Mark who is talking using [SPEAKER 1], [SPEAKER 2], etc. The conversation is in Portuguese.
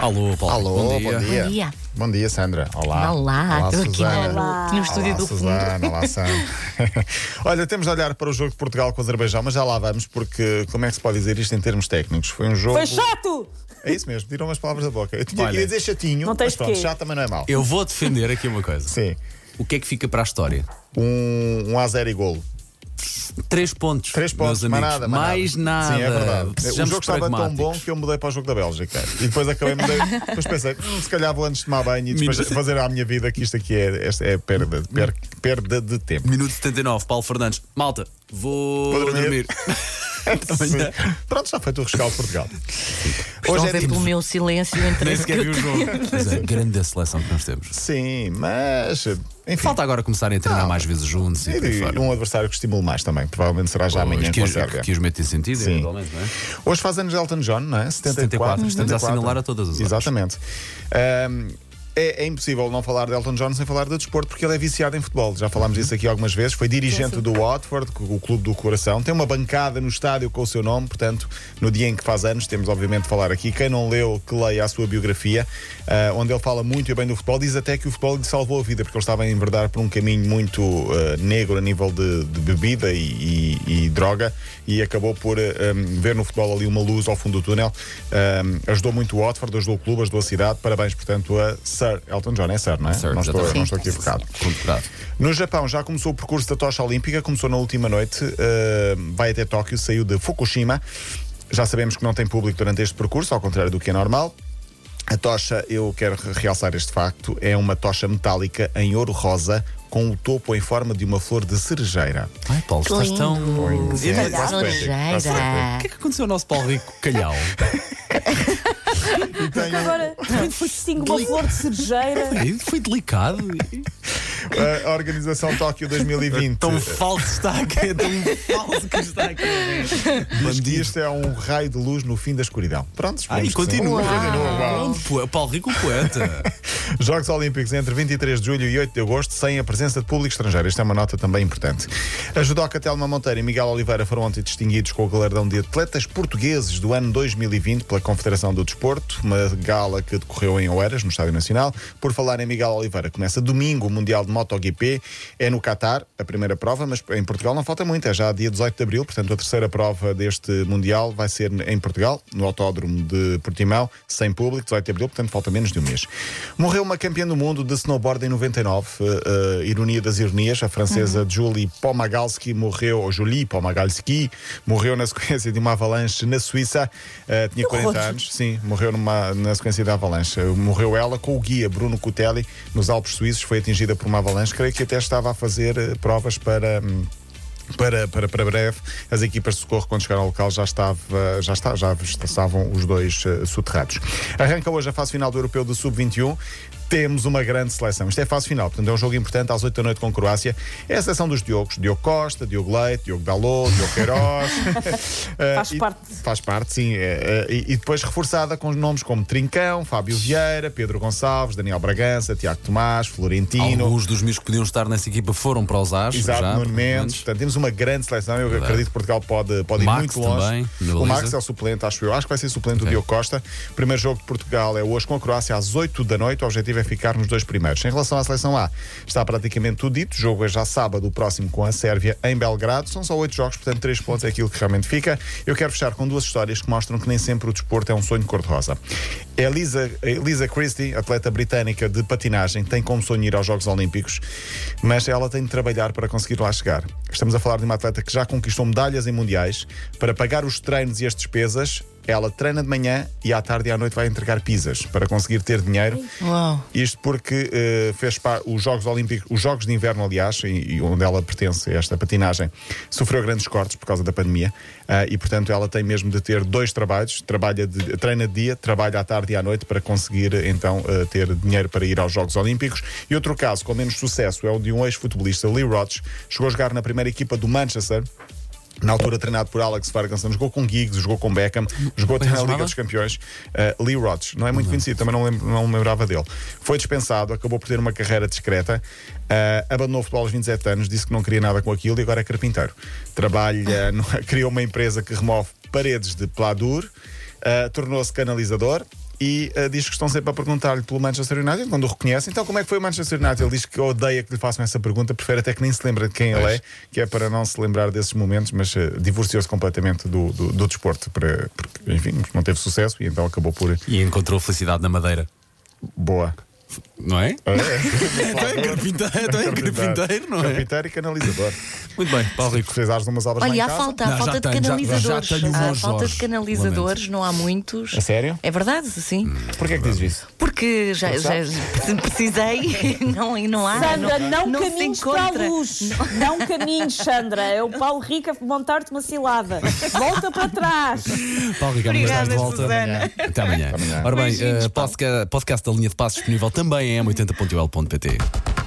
[SPEAKER 1] Alô, Paulo.
[SPEAKER 2] Alô,
[SPEAKER 1] bom dia.
[SPEAKER 2] Bom dia,
[SPEAKER 3] dia.
[SPEAKER 2] Bom dia, Sandra. Olá.
[SPEAKER 3] Olá, estou aqui
[SPEAKER 2] Susana.
[SPEAKER 3] na- no estúdio
[SPEAKER 2] Olá,
[SPEAKER 3] do fundo.
[SPEAKER 2] Susana, Olá, Sandra. Olha, temos de olhar para o jogo de Portugal com o Azerbaijão, mas já lá vamos, porque como é que se pode dizer isto em termos técnicos? Foi um jogo.
[SPEAKER 4] Foi chato!
[SPEAKER 2] É isso mesmo, tiram as palavras da boca. Eu tinha
[SPEAKER 1] Olha.
[SPEAKER 2] ia dizer chatinho,
[SPEAKER 4] Não
[SPEAKER 2] mas
[SPEAKER 4] tens
[SPEAKER 2] pronto,
[SPEAKER 4] quê?
[SPEAKER 2] chato também não é mau.
[SPEAKER 1] Eu vou defender aqui uma coisa.
[SPEAKER 2] Sim.
[SPEAKER 1] O que é que fica para a história?
[SPEAKER 2] Um, um a zero e golo.
[SPEAKER 1] Três pontos.
[SPEAKER 2] Três
[SPEAKER 1] meus
[SPEAKER 2] pontos,
[SPEAKER 1] amigos.
[SPEAKER 2] mais nada,
[SPEAKER 1] mais nada.
[SPEAKER 2] Sim, é verdade. o
[SPEAKER 1] Sejamos
[SPEAKER 2] jogo estava tão bom
[SPEAKER 1] pragmáticos.
[SPEAKER 2] que eu mudei para o jogo da Bélgica. E depois acabei, mudei. depois pensei, "Hum, se calhar vou antes de tomar banho e depois
[SPEAKER 1] Minuto-
[SPEAKER 2] fazer à minha vida que isto aqui é, esta é perda, per- perda de tempo.
[SPEAKER 1] Minuto 79, Paulo Fernandes. Malta, vou,
[SPEAKER 2] Vou
[SPEAKER 1] dormir.
[SPEAKER 2] dormir.
[SPEAKER 1] Amanhã.
[SPEAKER 2] Sim. Pronto, já foi o rescaldo de Portugal.
[SPEAKER 3] Estão
[SPEAKER 2] Hoje
[SPEAKER 3] a
[SPEAKER 2] é
[SPEAKER 3] ver
[SPEAKER 2] dia-
[SPEAKER 3] pelo meu silêncio entre
[SPEAKER 1] Nem sequer vi o jogo. Mas é grande a seleção que nós temos.
[SPEAKER 2] Sim, mas. Enfim.
[SPEAKER 1] Falta agora começarem a treinar mais vezes juntos e por aí
[SPEAKER 2] E
[SPEAKER 1] fora.
[SPEAKER 2] um adversário que estimule mais também. Provavelmente será já amanhã
[SPEAKER 1] que,
[SPEAKER 2] com a
[SPEAKER 1] os-
[SPEAKER 2] Sérvia.
[SPEAKER 1] que os metem sentido,
[SPEAKER 2] Sim.
[SPEAKER 1] eventualmente, não é?
[SPEAKER 2] Hoje faz anos Elton John, não é?
[SPEAKER 1] 74, Uhum. estamos a assinalar a todas as horas.
[SPEAKER 2] Exatamente. Ahm, é, é impossível não falar de Elton John sem falar de desporto, porque ele é viciado em futebol. Já falámos
[SPEAKER 1] Uhum.
[SPEAKER 2] disso aqui algumas vezes. Foi dirigente do Watford, co- o clube do coração. Tem uma bancada no estádio com o seu nome, portanto, no dia em que faz anos, temos obviamente de falar aqui. Quem não leu, que leia a sua biografia, ah, onde ele fala muito e bem do futebol. Diz até que o futebol lhe salvou a vida, porque ele estava em verdade por um caminho muito ah, negro a nível de, de bebida e, e- e droga e acabou por ah, ah, ver no futebol ali uma luz ao fundo do túnel. Ah, ajudou muito o Watford, ajudou o clube, ajudou a cidade. Parabéns, portanto, a Sir Elton John. É Sir, não é?
[SPEAKER 1] Sir,
[SPEAKER 2] não, estou,
[SPEAKER 1] exatamente.
[SPEAKER 2] não estou aqui equivocado.
[SPEAKER 1] Condecorado.
[SPEAKER 2] No Japão já começou o percurso da tocha olímpica, começou na última noite, uh, vai até Tóquio, saiu de Fukushima. Já sabemos que não tem público durante este percurso, ao contrário do que é normal. A tocha, eu quero re- realçar este facto, é uma tocha metálica em ouro rosa com o topo em forma de uma flor de cerejeira.
[SPEAKER 1] Ai, Paulo,
[SPEAKER 3] Que
[SPEAKER 1] estás
[SPEAKER 3] lindo.
[SPEAKER 1] tão.
[SPEAKER 2] Sim,
[SPEAKER 1] Eva,
[SPEAKER 2] é quase poético, quase
[SPEAKER 3] Nojeira.
[SPEAKER 1] O que é que aconteceu ao nosso Paulo Rico Calhau?
[SPEAKER 2] poético. E tem um-
[SPEAKER 4] Agora, de repente foi distingo uma flor de cerejeira.
[SPEAKER 1] Ei, Foi delicado.
[SPEAKER 2] a organização Tóquio 2020.
[SPEAKER 1] É Tão falso está aqui, é tão falso que está aqui.
[SPEAKER 2] Diz que isto é um raio de luz no fim da escuridão. Pronto,
[SPEAKER 1] Ai,
[SPEAKER 2] esperemos que Ah, sim.
[SPEAKER 1] Ah, continua.
[SPEAKER 2] Continua, uau.
[SPEAKER 1] Pronto, poe- Paulo Rico, o poeta.
[SPEAKER 2] Jogos Olímpicos entre 23 de julho e 8 de agosto, sem a presença de público estrangeiro. Esta é uma nota também importante. A judoca Telma Monteiro e Miguel Oliveira foram ontem distinguidos com o galardão de atletas portugueses do ano 2020 pela Confederação do Desporto, uma gala que decorreu em Oeiras, no Estádio Nacional. Por falar em Miguel Oliveira, começa domingo o Mundial de MotoGP. É no Qatar, a primeira prova, mas em Portugal não falta muito. É já dia 18 de abril, portanto, a terceira prova deste Mundial vai ser em Portugal, no Autódromo de Portimão, sem público, 18 de abril, portanto, falta menos de um mês. Morreu uma campeã do mundo de snowboard em 99. eh, eh, ironia das ironias, a francesa Julie Pomagalski morreu, ou Julie Pomagalski, morreu na sequência de uma avalanche na Suíça. Eh, tinha 40
[SPEAKER 4] horror.
[SPEAKER 2] anos, sim, morreu numa, na sequência da avalanche. Eh, Morreu ela com o guia Bruno Cutelli nos Alpes Suíços. Foi atingida por uma avalanche, creio que até estava a fazer eh, provas para. hum, para, para, para breve, as equipas de socorro, quando chegaram ao local, já, estava, já, está, já estavam os dois eh, soterrados. Arranca hoje a fase final do Europeu do Sub-21. Temos uma grande seleção. Isto é fase final, portanto é um jogo importante às 8 da noite com a Croácia. É a seleção dos Diogos: Diogo Costa, Diogo Leite, Diogo Dalot, Diogo Queiroz. Eh,
[SPEAKER 4] Faz
[SPEAKER 2] e-
[SPEAKER 4] parte.
[SPEAKER 2] Faz parte, sim. é, é, e, e depois reforçada com nomes como Trincão, Fábio Vieira, Pedro Gonçalves, Daniel Bragança, Tiago Tomás, Florentino.
[SPEAKER 1] Alguns dos meus que podiam estar nessa equipa foram para os As.
[SPEAKER 2] Exato,
[SPEAKER 1] já,
[SPEAKER 2] Nuno Mendes.
[SPEAKER 1] menos.
[SPEAKER 2] Portanto, temos uma grande seleção. Eu
[SPEAKER 1] Verdade.
[SPEAKER 2] acredito que Portugal pode, pode ir
[SPEAKER 1] Max
[SPEAKER 2] muito longe.
[SPEAKER 1] também, na
[SPEAKER 2] o
[SPEAKER 1] baliza.
[SPEAKER 2] Max é o suplente, acho eu. Acho que vai ser suplente do
[SPEAKER 1] Ok.
[SPEAKER 2] Diogo Costa. Primeiro jogo de Portugal é hoje com a Croácia às 8 da noite. O objetivo é ficar nos dois primeiros. Em relação à seleção A, está praticamente tudo dito. O jogo é já sábado, o próximo com a Sérvia em Belgrado. São só 8 jogos, portanto, 3 pontos é aquilo que realmente fica. Eu quero fechar com duas histórias que mostram que nem sempre o desporto é um sonho cor-de-rosa. Elisa, Elisa é Christie, atleta britânica de patinagem, tem como sonho ir aos Jogos Olímpicos, mas ela tem de trabalhar para conseguir lá chegar. Estamos a falar de uma atleta que já conquistou medalhas em mundiais. Para pagar os treinos e as despesas, ela treina de manhã e à tarde e à noite vai entregar pizzas para conseguir ter dinheiro.
[SPEAKER 3] Uau.
[SPEAKER 2] Isto porque eh, fez pa- os Jogos Olímpicos, os Jogos de Inverno, aliás, e, e onde ela pertence, esta patinagem, sofreu grandes cortes por causa da pandemia ah, e, portanto, ela tem mesmo de ter dois trabalhos: trabalha de, treina de dia, trabalha à tarde e à noite para conseguir eh, então eh, ter dinheiro para ir aos Jogos Olímpicos. E outro caso com menos sucesso é o de um ex-futebolista, Lee Roach, chegou a jogar na primeira equipa do Manchester. Na altura treinado por Alex Ferguson, jogou com Giggs, jogou com Beckham, jogou até
[SPEAKER 1] Como é que se
[SPEAKER 2] na Liga
[SPEAKER 1] chamava?
[SPEAKER 2] dos Campeões. Uh, Lee Roach, não é muito conhecido, também não, lembro, não me lembrava dele. Foi dispensado, acabou por ter uma carreira discreta, uh, abandonou o futebol aos 27 anos, disse que não queria nada com aquilo e agora é carpinteiro. Trabalha, no- criou uma empresa que remove paredes de pladur, uh, tornou-se eh, canalizador. e ah, diz que estão sempre a perguntar-lhe pelo Manchester United, quando o reconhece. Então, como é que foi o Manchester United? Ele diz que odeia que lhe façam essa pergunta, prefere até que nem se lembre de quem ele é, que é para não se lembrar desses momentos, mas ah, divorciou-se completamente do, do, do desporto, para, porque, enfim, não teve sucesso e então acabou por.
[SPEAKER 1] E encontrou felicidade na Madeira,
[SPEAKER 2] Boa.
[SPEAKER 1] não é?
[SPEAKER 2] Então
[SPEAKER 1] Então é carpinteiro, então é carpinteiro, não é?
[SPEAKER 2] Carpinteiro e canalizador.
[SPEAKER 1] Muito bem, Paulo Rico.
[SPEAKER 2] Fez as umas obras lá em
[SPEAKER 3] Olha, há
[SPEAKER 2] casa.
[SPEAKER 3] falta, há
[SPEAKER 1] Não, já
[SPEAKER 3] falta de
[SPEAKER 1] tenho, já-
[SPEAKER 3] canalizadores.
[SPEAKER 1] já tenho
[SPEAKER 3] há
[SPEAKER 1] uns
[SPEAKER 3] falta
[SPEAKER 1] Jorge,
[SPEAKER 3] de canalizadores, não há muitos.
[SPEAKER 2] A sério?
[SPEAKER 3] É verdade, sim.
[SPEAKER 1] Hum.
[SPEAKER 2] Porquê é que dizes isso?
[SPEAKER 3] Porque já, já
[SPEAKER 2] sabes?
[SPEAKER 3] precisei não, e Ah, não há.
[SPEAKER 4] Sandra, não,
[SPEAKER 3] se
[SPEAKER 4] caminhes para
[SPEAKER 3] encontra.
[SPEAKER 4] a luz. Não caminhes, Sandra. É o Paulo Rico a montar-te uma cilada. Volta para trás.
[SPEAKER 1] Paulo Rico, amanhã estás de volta.
[SPEAKER 3] Susana.
[SPEAKER 1] Até eh, é amanhã. Ora bem, eh, podcast, podcast da linha de passos disponível também em m80.ol.pt.